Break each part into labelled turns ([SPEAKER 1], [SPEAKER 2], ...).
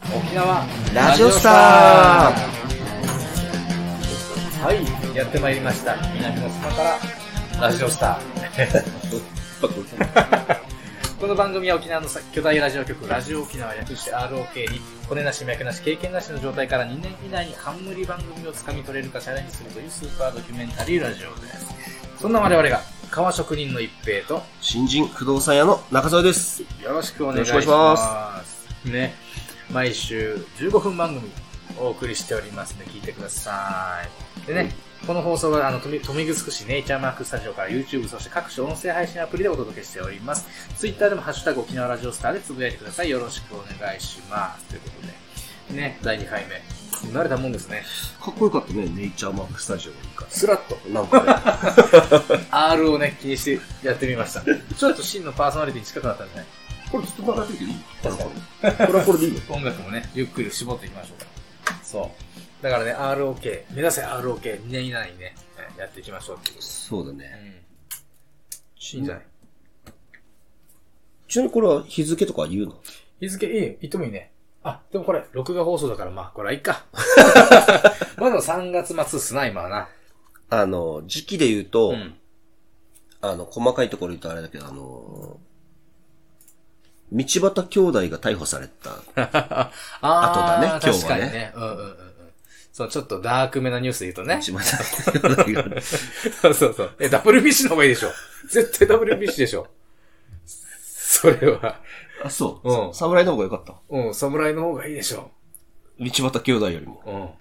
[SPEAKER 1] 沖縄
[SPEAKER 2] ラジオスタ
[SPEAKER 1] はいやってまいりました南の島からラジオスタ ーこの番組は沖縄の巨大ラジオ局ラジオ沖縄略して ROK に骨なし脈なし経験なしの状態から2年以内に冠番組をつかみ取れるかチャレンジするというスーパードキュメンタリーラジオですそんな我々が革職人の一平と
[SPEAKER 2] 新人不動産屋の中澤です。
[SPEAKER 1] よろしくお願いし
[SPEAKER 2] よ
[SPEAKER 1] ます
[SPEAKER 2] ろしくお願いし
[SPEAKER 1] ね毎週15分番組お送りしておりますので聞いてくださいでねこの放送はあの富富城市ネイチャーマークスタジオから YouTube そして各種音声配信アプリでお届けしております Twitter でも「ハッシュタグ沖縄ラジオスター」でつぶやいてくださいよろしくお願いしますということでね第2回目慣れたもんですね
[SPEAKER 2] かっこよかったね、ネイチャーマークスタジオの言い
[SPEAKER 1] スラッと
[SPEAKER 2] 方なんかね、
[SPEAKER 1] R をね気にしてやってみましたちょっと真のパーソナリティに近くなったんじゃない
[SPEAKER 2] これずっと流れてるけどいいなんかこれはこれでいいの
[SPEAKER 1] 音楽もね、ゆっくり絞っていきましょうか。そう。だからね、ROK、目指せ ROK2 年以内にね、えやっていきましょうっていうことです。
[SPEAKER 2] そうだ
[SPEAKER 1] う
[SPEAKER 2] ね。
[SPEAKER 1] ん。
[SPEAKER 2] ち
[SPEAKER 1] いいんじゃない
[SPEAKER 2] ちなみにこれは日付とか言うの
[SPEAKER 1] 日付、いいよ。言ってもいいね。あ、でもこれ、録画放送だから、まあ、これはいい か。まだ3月末スナイマーな。
[SPEAKER 2] あの、時期で言うと、
[SPEAKER 1] うん。
[SPEAKER 2] あの、細かいところ言うとあれだけど、あの、道端兄弟が逮捕された。
[SPEAKER 1] あ
[SPEAKER 2] 後だね今日
[SPEAKER 1] 確
[SPEAKER 2] はね
[SPEAKER 1] かにね。うんうんうんうん。そう、ちょっとダークめなニュースで言うとね。
[SPEAKER 2] 道端兄弟が。
[SPEAKER 1] そうそうそう。え、WBC の方がいいでしょ。絶対 WBC でしょ。それは。
[SPEAKER 2] あ、そう
[SPEAKER 1] うん
[SPEAKER 2] 侍の方が良かった。
[SPEAKER 1] うん、侍の方がいいでしょ。
[SPEAKER 2] 道端兄弟よりも。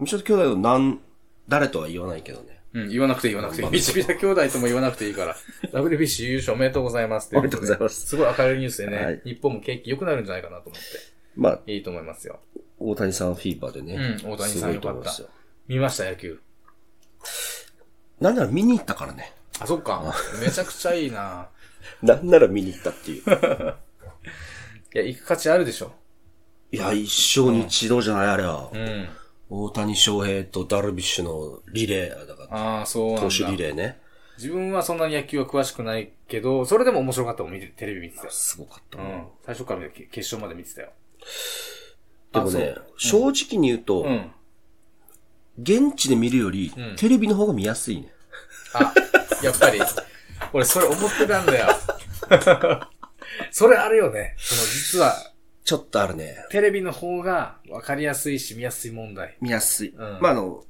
[SPEAKER 1] うん。
[SPEAKER 2] 道端兄弟の何、誰とは言わないけどね。
[SPEAKER 1] うん、言わなくていい言わなくていい。ビチビタ兄弟とも言わなくていいから、WBC 優勝おめでとうございますって。
[SPEAKER 2] おめでとうございます
[SPEAKER 1] すごい明るいニュースでね、
[SPEAKER 2] はい
[SPEAKER 1] 日本も景気良くなるんじゃないかなと思っ
[SPEAKER 2] まあ、
[SPEAKER 1] て。いいと思いますよ。
[SPEAKER 2] 大谷さんフィーバーでね。
[SPEAKER 1] うん大谷さん
[SPEAKER 2] すごいと思いますよ
[SPEAKER 1] 見ました、野球。
[SPEAKER 2] なんなら見に行ったからね。
[SPEAKER 1] あ、そっか。めちゃくちゃいいな
[SPEAKER 2] なんなら見に行ったって いう。
[SPEAKER 1] いや、行く価値あるでしょ。
[SPEAKER 2] いや、一生に一度じゃない、あれは
[SPEAKER 1] う。ん。
[SPEAKER 2] 大谷翔平とダルビッシュのリレー、だから、
[SPEAKER 1] ああ、そうなん
[SPEAKER 2] 投手リ
[SPEAKER 1] だ。
[SPEAKER 2] レーね。
[SPEAKER 1] 自分はそんなに野球は詳しくないけど、それでも面白かったもん、見て、テレビ見てたよ。
[SPEAKER 2] すごかった
[SPEAKER 1] う
[SPEAKER 2] な。
[SPEAKER 1] ん。最初から見て決決勝まで見てたよ。
[SPEAKER 2] でもね、正直に言うと、
[SPEAKER 1] うん。
[SPEAKER 2] 現地で見るより、テレビの方が見やすいね。
[SPEAKER 1] あ、やっぱり。俺、それ思ってたん だよ。それあるよね。その、実は、
[SPEAKER 2] ちょっとあるね。
[SPEAKER 1] テレビの方が分かりやすいし、見やすい問題。
[SPEAKER 2] 見やすい。
[SPEAKER 1] ん
[SPEAKER 2] まあ、あの、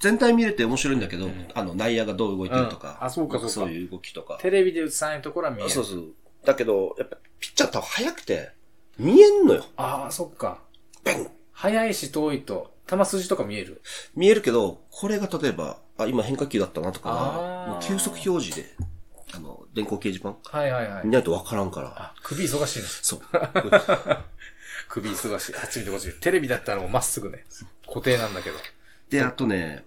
[SPEAKER 2] 全体見れて面白いんだけど、あの、内野がどう動いてるとか、
[SPEAKER 1] うんあそうかそうか
[SPEAKER 2] そういう動きとか。
[SPEAKER 1] テレビで映さないところは見えな
[SPEAKER 2] そ。
[SPEAKER 1] いう
[SPEAKER 2] そう。だけど、やっぱ、ピッチャーって速くて、見えんのよ。
[SPEAKER 1] ああ、そっか。
[SPEAKER 2] ベン
[SPEAKER 1] 早いし遠いと、球筋とか見える。
[SPEAKER 2] 見えるけど、これが例えば、あ、今変化球だったなと
[SPEAKER 1] あー、
[SPEAKER 2] かもう急速表示で、あの、電光掲示板
[SPEAKER 1] はいはいはい
[SPEAKER 2] 見。ないとわからんから。
[SPEAKER 1] あ、首忙しいの。
[SPEAKER 2] そう。
[SPEAKER 1] 首忙しい。あっち見てこっち見て。テレビだったらもうまっすぐね。固定なんだけど。
[SPEAKER 2] で、あとね、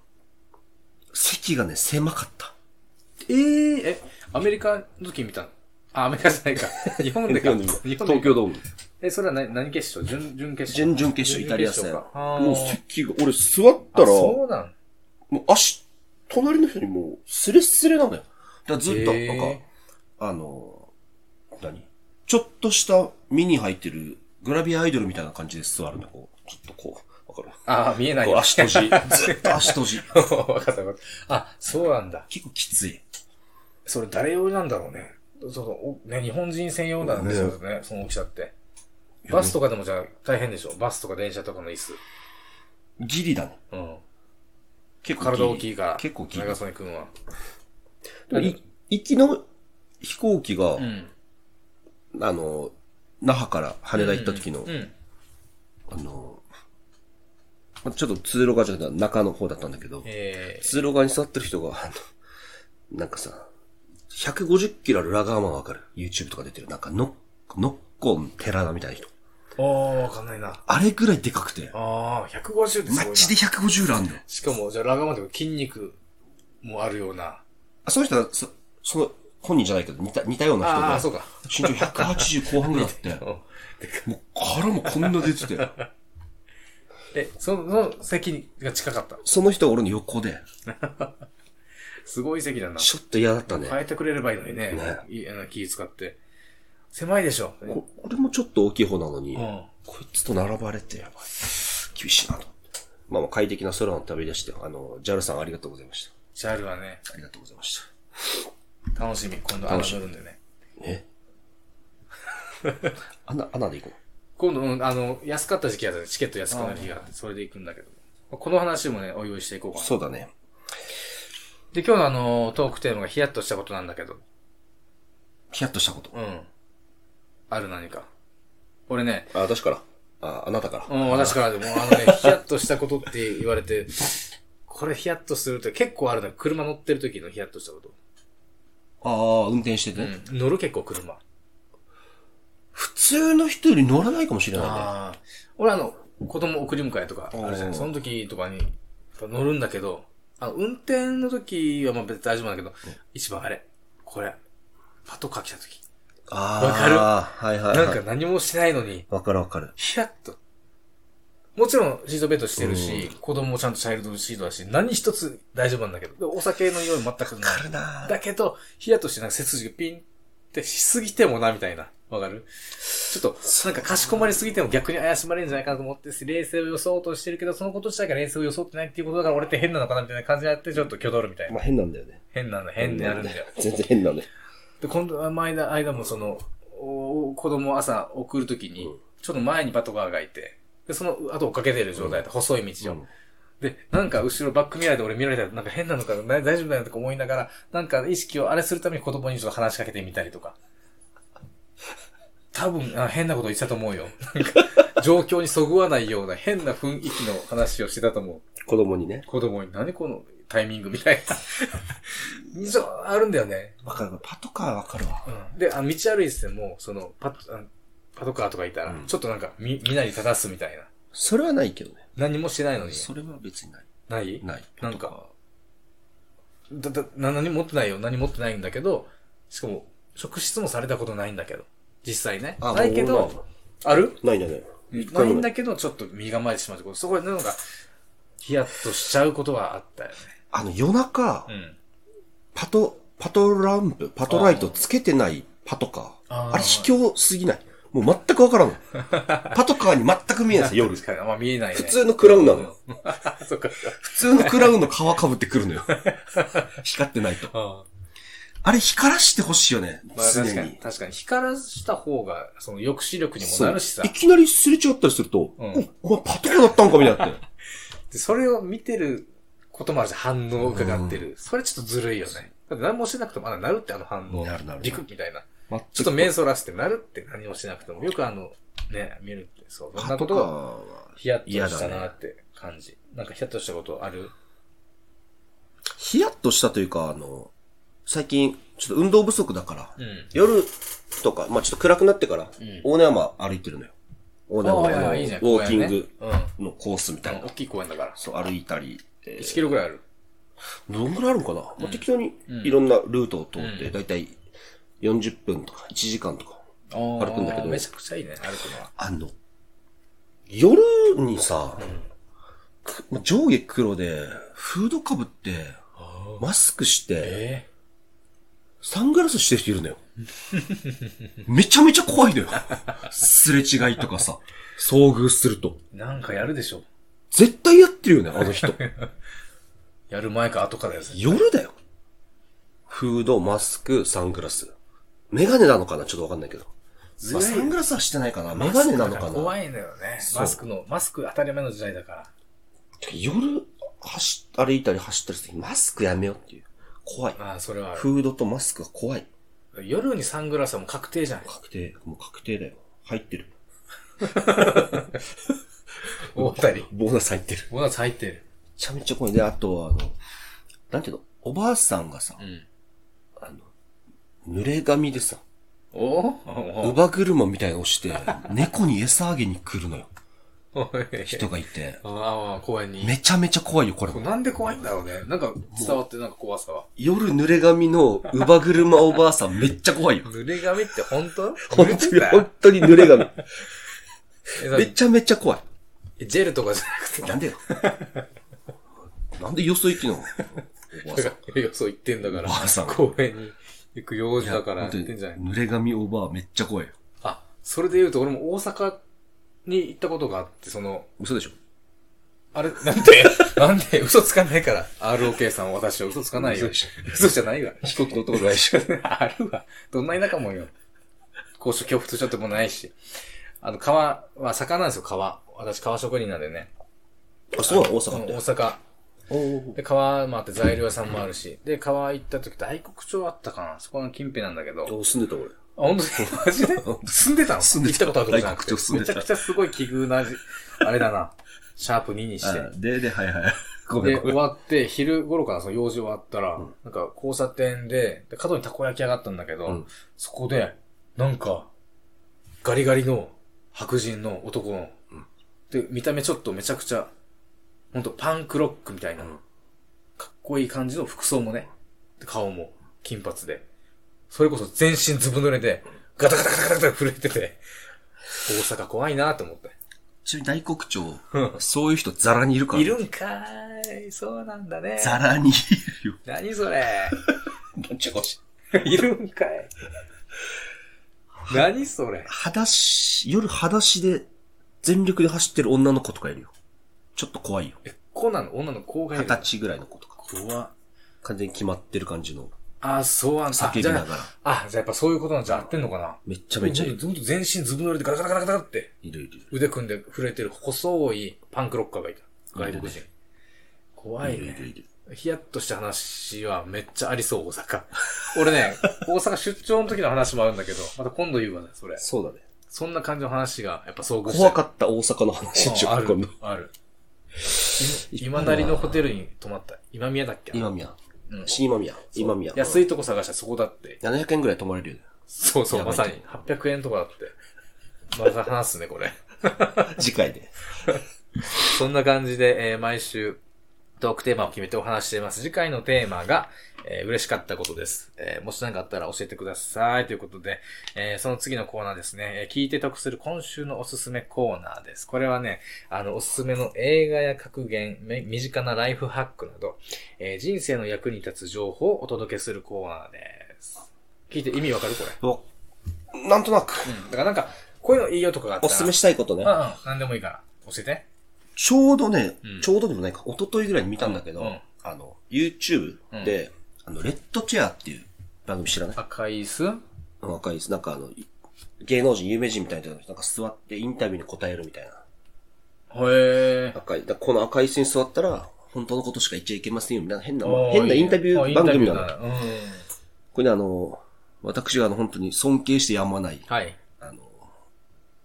[SPEAKER 2] 席がね、狭かった。
[SPEAKER 1] えええ、アメリカの時見たのあ、アメリカじゃ ないか。日本でか。日本で
[SPEAKER 2] 東京ドーム。
[SPEAKER 1] え、それは何何決勝準、準決勝
[SPEAKER 2] 準々決勝、イタリア戦。
[SPEAKER 1] 準々決勝か
[SPEAKER 2] もう席が、俺座った
[SPEAKER 1] あ
[SPEAKER 2] ら、も
[SPEAKER 1] そうなん
[SPEAKER 2] う足、隣の人にもう、スレスレなのよ。だからずっと、
[SPEAKER 1] へー
[SPEAKER 2] なんか、あの、何ちょっとしたミニ入ってる、グラビアアイドルみたいな感じで座るの、こう。ちょっとこう、わかる
[SPEAKER 1] ああ、見えない
[SPEAKER 2] こう
[SPEAKER 1] よ。
[SPEAKER 2] 足閉じ。ずっと足閉じ。
[SPEAKER 1] わかったわかった。あ、そうなんだ。
[SPEAKER 2] 結構きつい。
[SPEAKER 1] それ誰用なんだろうね。そうそう、おね、日本人専用なんですよね、その大きさって。バスとかでもじゃあ大変でしょバスとか電車とかの椅子。
[SPEAKER 2] ギリだね。
[SPEAKER 1] うん。
[SPEAKER 2] 結構ギリ
[SPEAKER 1] 体大きいから。
[SPEAKER 2] 結構ギリ
[SPEAKER 1] 長曽根くんは。
[SPEAKER 2] でもい行きの飛行機が、
[SPEAKER 1] うん。
[SPEAKER 2] あの、那覇から羽田行った時の、
[SPEAKER 1] うん。
[SPEAKER 2] あの、まちょっと通路側じゃなくて中の方だったんだけど、
[SPEAKER 1] え
[SPEAKER 2] 通路側に座ってる人が、あのなんかさ、150キロあるラガーマンわかる ?YouTube とか出てる。なんかノッ、ノッコン寺田みたいな人。
[SPEAKER 1] ー。おー、わかんないな。
[SPEAKER 2] あれぐらいでかくて、
[SPEAKER 1] あー、150ってすごい
[SPEAKER 2] マ
[SPEAKER 1] な。
[SPEAKER 2] ジで150らあんのよ。
[SPEAKER 1] しかも、じゃあラガマンとか筋肉もあるような。
[SPEAKER 2] あ、その人は、そ、その、本人じゃないけど、似た、似たような人で。
[SPEAKER 1] ああ、そうか。
[SPEAKER 2] 身長180後半ぐらいあ って、
[SPEAKER 1] うん
[SPEAKER 2] もう腹もこんな出てて。
[SPEAKER 1] え、その、その席が近かった。
[SPEAKER 2] その人が俺の横で、
[SPEAKER 1] すごい席だな。
[SPEAKER 2] ちょっと嫌だったね。
[SPEAKER 1] 変えてくれればいいのにね。
[SPEAKER 2] ね
[SPEAKER 1] いいあの気使って。狭いでしょ。
[SPEAKER 2] ここれもちょっと大きい方なのに、
[SPEAKER 1] うん
[SPEAKER 2] こいつと並ばれて、やばい。厳しいなと。まあまあ快適な空の旅でして、あの、JAL さんありがとうございまし
[SPEAKER 1] ジャルはね、
[SPEAKER 2] た。ありがとうございました。
[SPEAKER 1] 楽しみ。今度、アナ乗るんでね。
[SPEAKER 2] え アナ、アナで行くの
[SPEAKER 1] 今度、うんあの、安かった時期やったねチケット安くなる日があって、それで行くんだけど。この話もね、お用意していこうかな。
[SPEAKER 2] そうだね。
[SPEAKER 1] で、今日のあの、トークテーマがヒヤッとしたことなんだけど。
[SPEAKER 2] ヒヤッとしたこと。
[SPEAKER 1] うん。ある何か。俺ね、
[SPEAKER 2] あ、私から。あ、あなたから。
[SPEAKER 1] うん、私からでも、あの ね、ヒヤッとしたことって言われて、これヒヤッとするって結構あるのよ車乗ってる時のヒヤッとしたこと。
[SPEAKER 2] ああ、運転してて
[SPEAKER 1] う
[SPEAKER 2] ね、
[SPEAKER 1] ん。乗る結構車。
[SPEAKER 2] 普通の人より乗らないかもしれないね。
[SPEAKER 1] ああ。俺あの、子供送り迎えとか、あるじゃ
[SPEAKER 2] うん
[SPEAKER 1] ん。その時とかに、乗るんだけど、あの、運転の時はまあ別に大丈夫なんだけど、一番あれ、これ、パトカー来た時。
[SPEAKER 2] あ
[SPEAKER 1] わかる
[SPEAKER 2] はいはい、はい。
[SPEAKER 1] なんか何もしないのに、
[SPEAKER 2] わかるわかる。
[SPEAKER 1] ヒヤッと。もちろん、シートベルトしてるし、子供もちゃんとチャイルドシートだし、何一つ大丈夫なんだけど、でお酒の匂い全く
[SPEAKER 2] わか
[SPEAKER 1] な
[SPEAKER 2] る
[SPEAKER 1] い。
[SPEAKER 2] な
[SPEAKER 1] だけど、ヒヤッとしてなんか背筋がピンってしすぎてもな、みたいな。わかるちょっと、なんかかしこまりすぎても逆に怪しまれるんじゃないかなと思って、冷静を装おうとしてるけど、そのこと自体が冷静を装ってないっていうことだから俺って変なのかなみたいな感じになって、ちょっと挙動るみたいな。
[SPEAKER 2] まあ変なんだよね。
[SPEAKER 1] 変なの、変になるんだよ。
[SPEAKER 2] 全然変なんだよ。
[SPEAKER 1] で、今度、前の間もその、お子供を朝送るときに、
[SPEAKER 2] うん
[SPEAKER 1] ちょっと前にパトカーがいて、で、その後追っかけてる状態で、細い道を、
[SPEAKER 2] うん
[SPEAKER 1] で、なんか後ろバックミラーで俺見られたらなんか変なのかな、な大丈夫だよとか思いながら、なんか意識をあれするために子供にちょっと話しかけてみたりとか。多分、あ変なこと言ってたと思うよ。なんか、状況にそぐわないような変な雰囲気の話をしてたと思う。
[SPEAKER 2] 子供にね。
[SPEAKER 1] 子供に、何このタイミングみたいな。 そうあるんだよね。
[SPEAKER 2] わかる。パトカーわかるわ。
[SPEAKER 1] で、あの道歩いてても、その、パト、あのパトカーとかいたら、
[SPEAKER 2] うん
[SPEAKER 1] ちょっとなんか、み、身なり正すみたいな。
[SPEAKER 2] それはないけどね。
[SPEAKER 1] 何もしてないのに。
[SPEAKER 2] それは別にない。
[SPEAKER 1] ない
[SPEAKER 2] ない。
[SPEAKER 1] なんか、だ、だ、な何も持ってないよ。何も持ってないんだけど、しかも、職質もされたことないんだけど。実際ね。
[SPEAKER 2] あ
[SPEAKER 1] ないけ
[SPEAKER 2] もう
[SPEAKER 1] ど、ある
[SPEAKER 2] ないないない。一
[SPEAKER 1] な
[SPEAKER 2] 回
[SPEAKER 1] い
[SPEAKER 2] も
[SPEAKER 1] ん
[SPEAKER 2] ない
[SPEAKER 1] だけど、ちょっと身構えてしまうってこと。そこでなんか、ヒヤッとしちゃうことはあったよね。
[SPEAKER 2] あの、夜中
[SPEAKER 1] う、ん。
[SPEAKER 2] パト、パトランプ、パトライトつけてないパトカ
[SPEAKER 1] あ
[SPEAKER 2] ー。
[SPEAKER 1] ー
[SPEAKER 2] あれ卑怯すぎない。もう全くわ からん。パトカーに全く見えないですよ、夜。
[SPEAKER 1] 確かに、あんま見えないね。
[SPEAKER 2] 普通のクラウンなの。
[SPEAKER 1] うん。 そっか。
[SPEAKER 2] 普通のクラウンの皮被ってくる のよ。光ってないと。
[SPEAKER 1] うん。
[SPEAKER 2] あれ光らしてほしいよね。
[SPEAKER 1] まあ
[SPEAKER 2] 常
[SPEAKER 1] 確かに、
[SPEAKER 2] に。
[SPEAKER 1] 確かに、光らした方が、その抑止力にもなるしさ
[SPEAKER 2] そうい。きなりすれ違ったりすると、
[SPEAKER 1] うん
[SPEAKER 2] お、お前パトカーだったんかみたいになって。
[SPEAKER 1] でそれを見てることもあるし、反応を伺ってる。それちょっとずるいよね。だって何もしなくても、あ、なるってあの反応。
[SPEAKER 2] なるなる
[SPEAKER 1] ビクッみたいな。
[SPEAKER 2] まあ
[SPEAKER 1] ちょっと目そらして、なるって何もしなくても。よくあの、ね、見るって、そう。そん
[SPEAKER 2] パ
[SPEAKER 1] な
[SPEAKER 2] ト
[SPEAKER 1] こ
[SPEAKER 2] カ
[SPEAKER 1] と
[SPEAKER 2] ー
[SPEAKER 1] を、
[SPEAKER 2] は、
[SPEAKER 1] ヒヤッとした
[SPEAKER 2] 嫌だ
[SPEAKER 1] な
[SPEAKER 2] ね
[SPEAKER 1] って感じ。なんかヒヤッとしたことある
[SPEAKER 2] ヒヤッとしたというか、あの、最近、ちょっと運動不足だから、
[SPEAKER 1] うん。
[SPEAKER 2] 夜とか、まあちょっと暗くなってから、
[SPEAKER 1] ん
[SPEAKER 2] 大根山歩いてるのよ。大根
[SPEAKER 1] ああい
[SPEAKER 2] 山
[SPEAKER 1] や
[SPEAKER 2] の
[SPEAKER 1] いやいい
[SPEAKER 2] ウ
[SPEAKER 1] じゃん
[SPEAKER 2] ォーキング
[SPEAKER 1] 公園ね
[SPEAKER 2] のコースみた
[SPEAKER 1] あ
[SPEAKER 2] い
[SPEAKER 1] の
[SPEAKER 2] な
[SPEAKER 1] 大。きい公園だから。
[SPEAKER 2] そう、歩いたり。え
[SPEAKER 1] 1
[SPEAKER 2] ー
[SPEAKER 1] キロぐらいある。
[SPEAKER 2] どんぐらいあるのかな、まあ適当にいろんなルートを通って、
[SPEAKER 1] う
[SPEAKER 2] だいたい40分とか1時間とか。
[SPEAKER 1] 歩
[SPEAKER 2] くんだけど
[SPEAKER 1] めちゃくちゃいいね、歩くのは。
[SPEAKER 2] あの、夜にさ、くまあ上下黒で、フードかぶって、マスクして、
[SPEAKER 1] え
[SPEAKER 2] サングラスしてる人いるのよ。めちゃめちゃ怖いのよ。すれ違いとかさ、遭遇すると。
[SPEAKER 1] えなんかやるでしょ。
[SPEAKER 2] 絶対やってるよね、あの人。
[SPEAKER 1] やる前か後かだよ、絶対
[SPEAKER 2] 夜だよ。フード、マスク、サングラス。メガネなのかなちょっとわかんないけど。まあサングラスはしてないかなメガネなのかな
[SPEAKER 1] 怖いのよね。
[SPEAKER 2] そう
[SPEAKER 1] マスクの、マスク当たり前の時代だから。
[SPEAKER 2] 夜、走、歩いたり走ったりする時マスクやめようっていう。怖い。
[SPEAKER 1] まあ、それはある。
[SPEAKER 2] フードとマスクが怖い。
[SPEAKER 1] 夜にサングラスはもう確定じゃん。
[SPEAKER 2] 確定、もう確定だよ。入ってる。
[SPEAKER 1] 大当たり。
[SPEAKER 2] ボーナス入ってる。め
[SPEAKER 1] ボーナス入ってる。
[SPEAKER 2] ちゃめちゃ怖い。で、あとは、あの、なんていうの、おばあさんがさ
[SPEAKER 1] う、ん。
[SPEAKER 2] あの、濡れ髪でさ、
[SPEAKER 1] お
[SPEAKER 2] 乳
[SPEAKER 1] お
[SPEAKER 2] 母車みたいのをして、 猫に餌あげに来るのよ。
[SPEAKER 1] おい
[SPEAKER 2] 人がいて。
[SPEAKER 1] ああ、公園に。
[SPEAKER 2] めちゃめちゃ怖いよ、これ
[SPEAKER 1] こ
[SPEAKER 2] も
[SPEAKER 1] れ。なんで怖いんだろうね。なんか伝わってるなんか怖さは。
[SPEAKER 2] 夜濡れ髪の乳母車おばあさんめっちゃ怖いよ。
[SPEAKER 1] 濡れ髪って本当濡
[SPEAKER 2] 本
[SPEAKER 1] れ
[SPEAKER 2] 当
[SPEAKER 1] て
[SPEAKER 2] に、
[SPEAKER 1] た
[SPEAKER 2] 本当に濡れ髪。
[SPEAKER 1] え
[SPEAKER 2] めちゃめちゃ怖い。
[SPEAKER 1] えジェルとかじゃなくて
[SPEAKER 2] なんでよ。なんでよそ行きなのおばあさん。
[SPEAKER 1] いや。そう言ってんだから。おばあさん公園に。行く用事だから
[SPEAKER 2] 本当
[SPEAKER 1] 言っ
[SPEAKER 2] に
[SPEAKER 1] てんじゃない
[SPEAKER 2] 濡れ髪おばあめっちゃ怖いよ。
[SPEAKER 1] あ、それで言うと俺も大阪に行ったことがあって、その、
[SPEAKER 2] 嘘でしょ
[SPEAKER 1] あれ、なんで なんで嘘つかないから。ROK さん私は嘘つかないよ
[SPEAKER 2] 嘘で。しょ
[SPEAKER 1] 嘘じゃないわ。
[SPEAKER 2] 飛行機乗ったことないでしょ
[SPEAKER 1] あるわ。どんな田舎もんよ。高所恐怖症ってもないし。あの、川は魚なんですよ、川。私、川職人なんでね。
[SPEAKER 2] あ、そうなの大
[SPEAKER 1] うん
[SPEAKER 2] 阪
[SPEAKER 1] 大
[SPEAKER 2] って。
[SPEAKER 1] 阪。
[SPEAKER 2] おー
[SPEAKER 1] で、川もあって材料屋さんもあるし。で、川行った時、大黒町あったかなそこの近辺なんだけど。あ、
[SPEAKER 2] お住んでた俺。
[SPEAKER 1] 本当にマジで住んでたの
[SPEAKER 2] 住んでた
[SPEAKER 1] 行ったことあるとこじゃなくて。
[SPEAKER 2] 大黒町住んでた
[SPEAKER 1] めちゃくちゃすごい奇遇なじ、あれだな。シャープ2にして。
[SPEAKER 2] あで、で、はいはい。 ごめ
[SPEAKER 1] で、
[SPEAKER 2] んご
[SPEAKER 1] 終
[SPEAKER 2] めん。
[SPEAKER 1] わって、昼頃からその用事終わったら、なんか交差点で、で角にたこ焼き屋があったんだけど、
[SPEAKER 2] うん
[SPEAKER 1] そこで、なんか、ガリガリの白人の男の、で、見た目ちょっとめちゃくちゃ、ほんとパンクロックみたいな、
[SPEAKER 2] うん
[SPEAKER 1] かっこいい感じの服装もね、で顔も金髪で、それこそ全身ずぶ濡れで、ガタガタガタガタガタ震えてて、大阪怖いなと思って。
[SPEAKER 2] ちなみに大黒町、そういう人ザラにいるから。
[SPEAKER 1] いるんかーい、そうなんだね。
[SPEAKER 2] ザラにいるよ。
[SPEAKER 1] 何それ。
[SPEAKER 2] なんちゃこし。
[SPEAKER 1] いるんかい。何それ。
[SPEAKER 2] 裸足、夜裸足で、全力で走ってる女の子とかいるよ。ちょっと怖いよ。
[SPEAKER 1] コナンの女の子がい
[SPEAKER 2] 二
[SPEAKER 1] る。
[SPEAKER 2] 十歳ぐらいの子とか。
[SPEAKER 1] 怖
[SPEAKER 2] 完全に決まってる感じの、
[SPEAKER 1] あ、そうなんだ。
[SPEAKER 2] 叫び
[SPEAKER 1] じ
[SPEAKER 2] な
[SPEAKER 1] ゃ
[SPEAKER 2] がら。
[SPEAKER 1] あ、あじゃあやっぱそういうことなんじゃ合ってんのかな。
[SPEAKER 2] めっちゃめちゃい
[SPEAKER 1] ほん
[SPEAKER 2] る。
[SPEAKER 1] とほんと全身ずぶ濡れでガラガラガラガラって
[SPEAKER 2] いるいるいる。
[SPEAKER 1] 腕組んで震えてる細いパンクロッカーがいた。外国人。怖い
[SPEAKER 2] いるいる
[SPEAKER 1] ね。
[SPEAKER 2] いる。
[SPEAKER 1] ヒヤッとした話はめっちゃありそう、大阪。俺 ね、大阪出張の時の話もあるんだけど、また今度言うわね、それ。
[SPEAKER 2] そうだね。
[SPEAKER 1] そんな感じの話が、やっぱ遭遇して
[SPEAKER 2] 怖かった大阪の話、ちょ
[SPEAKER 1] あ
[SPEAKER 2] っと今
[SPEAKER 1] る
[SPEAKER 2] 度。。
[SPEAKER 1] ある。今なりのホテルに泊まった。今宮だっけ
[SPEAKER 2] 今宮。
[SPEAKER 1] うん
[SPEAKER 2] 新今宮。今宮。
[SPEAKER 1] 安いとこ探したらそこだって。
[SPEAKER 2] 700円ぐらい泊まれるよね。
[SPEAKER 1] そうそう、
[SPEAKER 2] や
[SPEAKER 1] ま
[SPEAKER 2] ばい
[SPEAKER 1] さに。800円とかだって。また話すね、これ。
[SPEAKER 2] 次 回で。
[SPEAKER 1] そんな感じで、えー毎週、トークテーマを決めてお話しています。次回のテーマが、えー嬉しかったことです。えーもし何かあったら教えてください。ということで、えーその次のコーナーですね、えー聞いて得する今週のおすすめコーナーです。これはね、あの、おすすめの映画や格言、め身近なライフハックなど、えー人生の役に立つ情報をお届けするコーナーです。聞いて意味わかるこれ。
[SPEAKER 2] お、なんとなく、
[SPEAKER 1] うん。だからなんか、こういうのいいよとかがあった
[SPEAKER 2] お
[SPEAKER 1] ら。
[SPEAKER 2] すすめしたいことね
[SPEAKER 1] うん。うん。なんでもいいから。教えて。
[SPEAKER 2] ちょうどね、
[SPEAKER 1] うん
[SPEAKER 2] ちょうどでもないか、一昨日ぐらいに見たんだけど、
[SPEAKER 1] うん
[SPEAKER 2] あの、YouTube で、あの、レッドチェアっていう番組知らない
[SPEAKER 1] 赤い椅子
[SPEAKER 2] 若いです。なんかあの、い芸能人、有名人みたいな人がなんか座ってインタビューに答えるみたいな。
[SPEAKER 1] へえ。
[SPEAKER 2] 赤い、だからこの赤い椅子に座ったら、本当のことしか言っちゃいけませんよ、みたいな変な、
[SPEAKER 1] おー
[SPEAKER 2] 変ない
[SPEAKER 1] いね
[SPEAKER 2] インタビュ
[SPEAKER 1] あ
[SPEAKER 2] ー番
[SPEAKER 1] イ
[SPEAKER 2] 組な
[SPEAKER 1] ン
[SPEAKER 2] の。
[SPEAKER 1] タビューだうん。
[SPEAKER 2] これね、あの、私があの、本当に尊敬してやまない、
[SPEAKER 1] はい。
[SPEAKER 2] あの、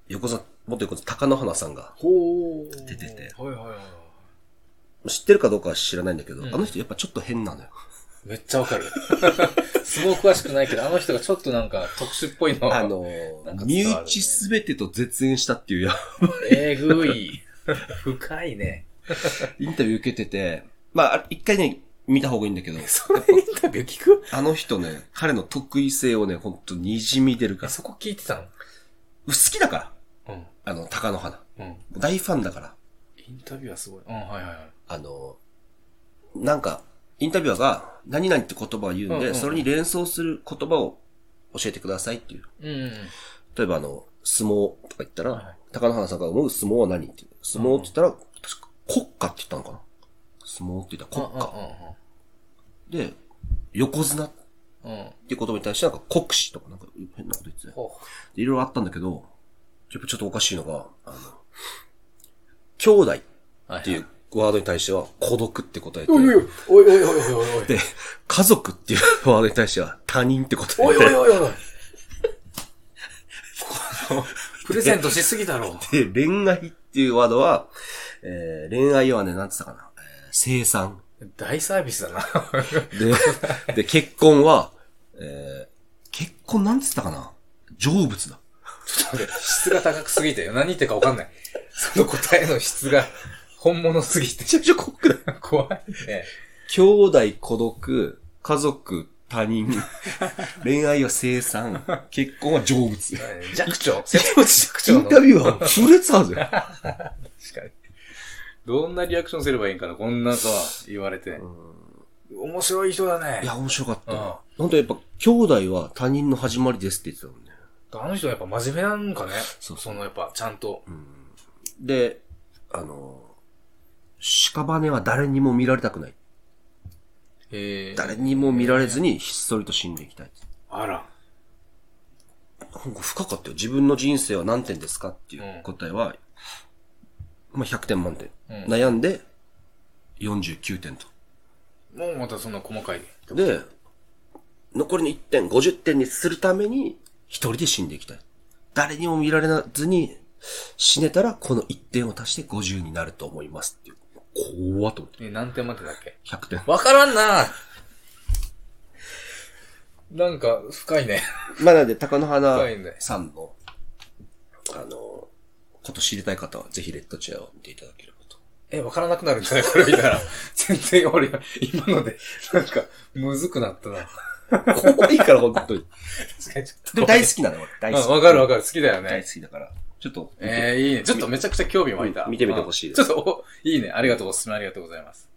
[SPEAKER 2] 横座、元横座、高野花さんが、
[SPEAKER 1] ほう。
[SPEAKER 2] 出てて
[SPEAKER 1] はいはいはい。
[SPEAKER 2] 知ってるかどうかは知らないんだけど、
[SPEAKER 1] ん
[SPEAKER 2] あの人やっぱちょっと変なのよ。
[SPEAKER 1] めっちゃわかる。 すごい詳しくないけど、あの人がちょっとなんか特殊っぽいの。
[SPEAKER 2] あ、の
[SPEAKER 1] なん、か
[SPEAKER 2] 身
[SPEAKER 1] 伝わるね
[SPEAKER 2] 内すべてと絶縁したっていう や、
[SPEAKER 1] えぐい。 深いね。
[SPEAKER 2] インタビュー受けてて、まああれ、一回ね、見た方がいいんだけど、
[SPEAKER 1] それインタビュー聞く
[SPEAKER 2] あの人ね、彼の得意性をね、ほんと滲み出るか
[SPEAKER 1] え、
[SPEAKER 2] ら。
[SPEAKER 1] そこ聞いてたの
[SPEAKER 2] 好きだから。
[SPEAKER 1] うん。
[SPEAKER 2] あの、高野花。
[SPEAKER 1] うん。
[SPEAKER 2] 大ファンだから。
[SPEAKER 1] インタビューはすごい。うん、はいはいはい。
[SPEAKER 2] あの、なんか、インタビュアーが、何々って言葉を言うんで、
[SPEAKER 1] うんうん
[SPEAKER 2] それに連想する言葉を教えてくださいっていう。
[SPEAKER 1] うん。
[SPEAKER 2] 例えばあの、相撲とか言ったら、
[SPEAKER 1] はい
[SPEAKER 2] 高野花さんが思う相撲は何っていう。相撲って言ったら、確か国家って言ったのかな相撲って言ったら国家。で、横綱って
[SPEAKER 1] うんうんうん。うん。
[SPEAKER 2] いう言葉に対してなんか国士とかなんか変なこと言ってて。
[SPEAKER 1] ほ
[SPEAKER 2] でいろいろあったんだけど、やっぱちょっとおかしいのが、あの、兄弟
[SPEAKER 1] う。っ
[SPEAKER 2] ってい
[SPEAKER 1] うん。
[SPEAKER 2] うワードに対しては孤独って答えて、
[SPEAKER 1] おいおいおいおいおいおい おいおい。
[SPEAKER 2] で、家族っていうワードに対しては他人って答
[SPEAKER 1] お
[SPEAKER 2] え
[SPEAKER 1] いおい
[SPEAKER 2] て、
[SPEAKER 1] おい おい。プレゼントしすぎだろ。
[SPEAKER 2] で、恋愛っていうワードは、えー、恋愛はね、なんつったかな、えー生産。
[SPEAKER 1] 大サービスだな。
[SPEAKER 2] で、で、結婚は、えー、結婚なんつったかな成仏だ。
[SPEAKER 1] 質が高くすぎて、何言ってるかわかんない。その答えの質が本物すぎて。
[SPEAKER 2] ちゃめちゃコックだ。
[SPEAKER 1] 怖いね。
[SPEAKER 2] 兄弟孤独、家族、他人、恋愛は生産、結婚は成仏。
[SPEAKER 1] 弱聴。瀬戸内弱
[SPEAKER 2] イ
[SPEAKER 1] 聴の。
[SPEAKER 2] ンタビュアーはフルーツあるぜ。
[SPEAKER 1] 確かに。どんなリアクションすればいいんかな、こんなさ、言われて。面白い人だね。
[SPEAKER 2] いや、面白かった
[SPEAKER 1] うん
[SPEAKER 2] な。なんとやっぱ、兄弟は他人の始まりですって言ってたもんね。
[SPEAKER 1] あの人はやっぱ真面目なんかね。
[SPEAKER 2] そう
[SPEAKER 1] そのやっぱちゃんと。
[SPEAKER 2] で、あの、屍は誰にも見られたくない。
[SPEAKER 1] えー、
[SPEAKER 2] 誰にも見られずにひっそりと死んでいきたい。
[SPEAKER 1] あら。
[SPEAKER 2] なんか深かったよ。自分の人生は何点ですかっていう
[SPEAKER 1] うん
[SPEAKER 2] 答えは、まあ、100点満点。
[SPEAKER 1] うん
[SPEAKER 2] 悩んで、49点と。
[SPEAKER 1] もうまたそんな細かい。
[SPEAKER 2] で、残りの1点、50点にするために、一人で死んでいきたい。誰にも見られずに、死ねたら、この1点を足して50になると思いますっていう。怖っと思って。
[SPEAKER 1] え、何点までだっけ
[SPEAKER 2] 100点。
[SPEAKER 1] わからんななんか、深いね。
[SPEAKER 2] まあ、なんで、高野花
[SPEAKER 1] 深いね
[SPEAKER 2] さんの、あの、こと知りたい方は、ぜひレッドチェアを見ていただければと。
[SPEAKER 1] え、わからなくなるんじゃない これ見たら。全然俺、今ので、なんか、むずくなったな。
[SPEAKER 2] 怖いから、本当に。
[SPEAKER 1] 確かにちょっと
[SPEAKER 2] でも大好きなの、俺。大好き。
[SPEAKER 1] うんわかるわかる。好きだよ
[SPEAKER 2] 大
[SPEAKER 1] ね
[SPEAKER 2] 好。きだから。ちょっと、
[SPEAKER 1] えー、いいね。ちょっとめちゃくちゃ興味湧いた。
[SPEAKER 2] うん見てみてほしいです
[SPEAKER 1] うんちょっと、おいいね。ありがとう。おすすめありがとうございます。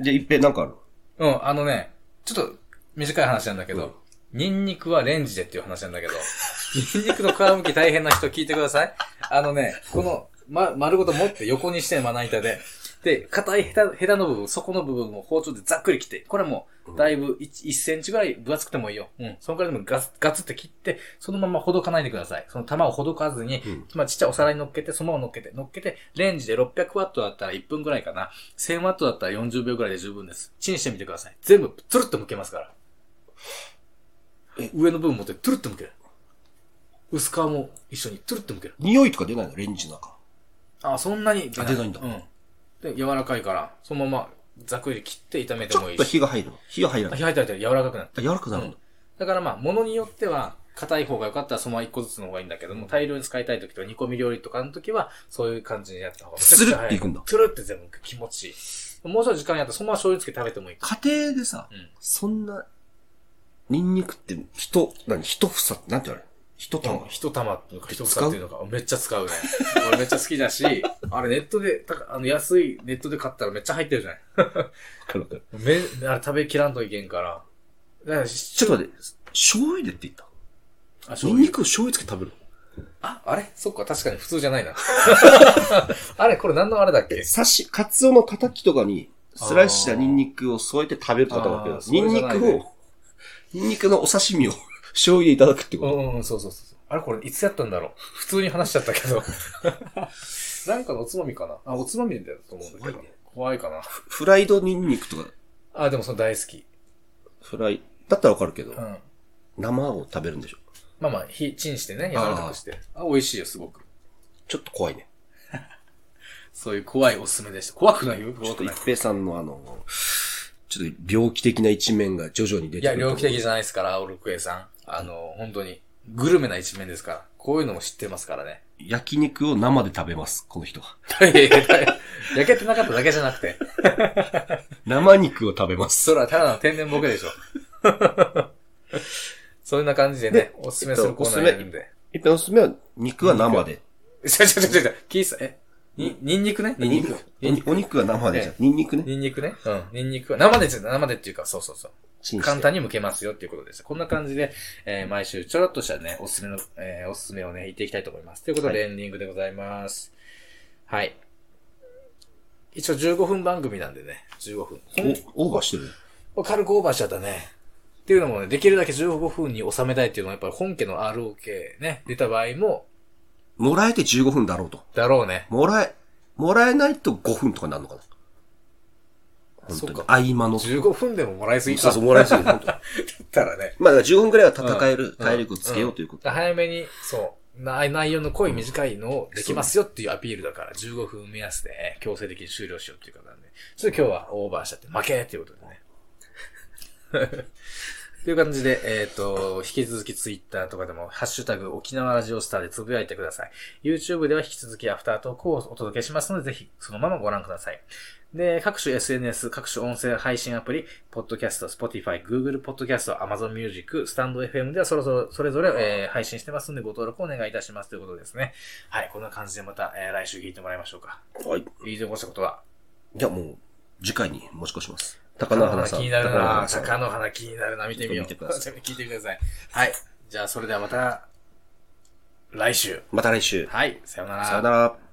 [SPEAKER 2] じゃあ、一平なんかある
[SPEAKER 1] うん、あのね、ちょっと短い話なんだけど、ニンニクはレンジでっていう話なんだけど、 ニンニクの皮むき大変な人聞いてください。あのね、この、ま、丸ごと持って横にしてまな板で、で、硬いヘタ、ヘタの部分、底の部分を包丁でざっくり切って、これもう、だいぶ 1, 1センチぐらい分厚くてもいいよ。うん。そのくらいでもガツ、ガツって切って、そのままほどかないでください。その玉をほどかずに、
[SPEAKER 2] うん
[SPEAKER 1] まあ、ちっちゃいお皿に乗っけて、そのまま乗っけて、乗っけて、レンジで600ワットだったら1分ぐらいかな。1000ワットだったら40秒ぐらいで十分です。チンしてみてください。全部、つるっと剥けますから
[SPEAKER 2] え。
[SPEAKER 1] 上の部分持って、つるっと剥ける。薄皮も一緒に、つるっと剥ける。
[SPEAKER 2] 匂いとか出ないのレンジの中。
[SPEAKER 1] あ、そんなに出
[SPEAKER 2] あ出ないんだ
[SPEAKER 1] うん。で、柔らかいから、そのまま、ざくり切って炒めて
[SPEAKER 2] ちょ
[SPEAKER 1] もい
[SPEAKER 2] っ
[SPEAKER 1] い
[SPEAKER 2] と
[SPEAKER 1] し。
[SPEAKER 2] 火が入るの火が入ら
[SPEAKER 1] あ
[SPEAKER 2] ない。
[SPEAKER 1] 火入ったら柔らかくなる。
[SPEAKER 2] 柔らかくなるんだ。
[SPEAKER 1] だからまあ、物によっては、硬い方が良かったらそのまま一個ずつの方がいいんだけども、大量に使いたい時とか煮込み料理とかの時は、そういう感じにやった方が。
[SPEAKER 2] つるっていくんだ
[SPEAKER 1] つるって全部気持ちいい。もうちょっと時間やったらそのまま醤油つけて食べてもいい。
[SPEAKER 2] 家庭でさ、
[SPEAKER 1] うん
[SPEAKER 2] そんな、ニンニクって、人、何一房って、なんて言われる一玉。
[SPEAKER 1] 一玉っていうか、
[SPEAKER 2] 使
[SPEAKER 1] 一
[SPEAKER 2] う
[SPEAKER 1] 房っていうのか、めっちゃ使うね。 俺めっちゃ好きだし、あれネットで、たあの安いネットで買ったらめっちゃ入ってるじゃない。め、あれ食べきらんといけんから。だからし
[SPEAKER 2] ちょっと待って、醤油でって言った。
[SPEAKER 1] あ、
[SPEAKER 2] ニ
[SPEAKER 1] 醤
[SPEAKER 2] ンニ
[SPEAKER 1] 油。
[SPEAKER 2] クを醤油つけて食べる
[SPEAKER 1] あ、あれそっか、確かに普通じゃない な。あれこれ何のあれだっけ
[SPEAKER 2] え、刺し、カツオのたたきとかに、スライスしたニンニクを添えて食べるとかだったわ
[SPEAKER 1] あー
[SPEAKER 2] けニンニ
[SPEAKER 1] そ
[SPEAKER 2] ク
[SPEAKER 1] れじゃない
[SPEAKER 2] を、ニンニクのお刺身を 醤油でいただくって
[SPEAKER 1] う
[SPEAKER 2] こ
[SPEAKER 1] んうん、そうそうそうそう。あれこれいつやったんだろう普通に話しちゃったけ ど。なんかのおつまみかなあ、おつまみだと思うんだけど。
[SPEAKER 2] 怖
[SPEAKER 1] 怖
[SPEAKER 2] い
[SPEAKER 1] い
[SPEAKER 2] ね
[SPEAKER 1] かな。
[SPEAKER 2] と。フライドニンニクとか、
[SPEAKER 1] あ、でもその大好き。
[SPEAKER 2] フライ、だったらわかるけど
[SPEAKER 1] うん。、
[SPEAKER 2] 生を食べるんでしょ。
[SPEAKER 1] まあまあ、火、チンしてね、柔らかくして。あ、美味しいよ、すごく。
[SPEAKER 2] ちょっと怖いね。
[SPEAKER 1] そういう怖いおすすめでした。怖くないよ、
[SPEAKER 2] ちょ
[SPEAKER 1] 怖
[SPEAKER 2] っと
[SPEAKER 1] くない
[SPEAKER 2] 一。平さんのあの、ちょっと病気的な一面が徐々に出
[SPEAKER 1] い
[SPEAKER 2] て
[SPEAKER 1] や、
[SPEAKER 2] くると思
[SPEAKER 1] 猟
[SPEAKER 2] う。
[SPEAKER 1] 奇的じゃないですから、オルクエさん。あの、本当に、グルメな一面ですから。こういうのも知ってますから ね。
[SPEAKER 2] 焼肉を生で食べます、この人は。
[SPEAKER 1] いやいやいや焼けてなかっただけじゃなくて。
[SPEAKER 2] 生肉を食べます。
[SPEAKER 1] それはただの天然ボケでしょ。 そんな感じでね、おすすめするコーナーやるんで。
[SPEAKER 2] 一平のおすすめは、肉は生で。
[SPEAKER 1] ち ょちょちょちょ、キース、えに、ニンニクねニンニク。
[SPEAKER 2] お肉お肉は生でじゃん。ニンニクね。
[SPEAKER 1] ニンニクね。うん。ニンニクは、生でですよ生でっていうか、そうそうそう。
[SPEAKER 2] チンして
[SPEAKER 1] 簡単に剥けますよっていうことです。こんな感じで、えー毎週ちょろっとしたね、おすすめの、えーおすすめをね、言っていきたいと思います。ということで、エンディングでございます。はい。一応15分番組なんでね、15分。
[SPEAKER 2] おオーバーしてる。
[SPEAKER 1] 軽くオーバーしちゃったね。っていうのもね、できるだけ15分に収めたいっていうのは、やっぱり本家の ROK ね、出た場合も、
[SPEAKER 2] もらえて15分だろうと。
[SPEAKER 1] だろうね。
[SPEAKER 2] もらえ、もらえないと5分とかになるのかな。本当
[SPEAKER 1] そう
[SPEAKER 2] に。
[SPEAKER 1] か
[SPEAKER 2] 合間の。そう
[SPEAKER 1] 15分でももらいすぎ
[SPEAKER 2] そうそう、もらえすぎる。本当に
[SPEAKER 1] だったらね。
[SPEAKER 2] まあ、だから15分くらいは戦える、体力をつけようということ。
[SPEAKER 1] 早めに、そう、な内容の濃い短いのをできますよっていうアピールだから、15分目安で強制的に終了しようっていう方なんで、ちょっと今日はオーバーしちゃって負けっていうことでね。という感じで、 えっ、と、引き続きツイッターとかでも、ハッシュタグ沖縄ラジオスターでつぶやいてください。YouTube では引き続きアフタートークをお届けしますので、ぜひそのままご覧ください。で、各種 SNS、各種音声配信アプリ、Podcast、Spotify、Google Podcast、Amazon Music、StandFM ではそろそろ、それぞれ、えー配信してますので、ご登録お願いいたしますということですね。はい、こんな感じでまた、えー来週聞いてもらいましょうか。
[SPEAKER 2] はい。
[SPEAKER 1] 以上、こしたことは。
[SPEAKER 2] じゃあもう、次回に持ち越します。高野花さん。
[SPEAKER 1] 気になる
[SPEAKER 2] 高野
[SPEAKER 1] な
[SPEAKER 2] 花さん
[SPEAKER 1] 坂の花気になるな。見てみよう。
[SPEAKER 2] ちょっと見てくださ
[SPEAKER 1] 聞いてみてください。はい。じゃあ、それではまた、来週。
[SPEAKER 2] また来週。
[SPEAKER 1] はい。さようなら。
[SPEAKER 2] さよなら。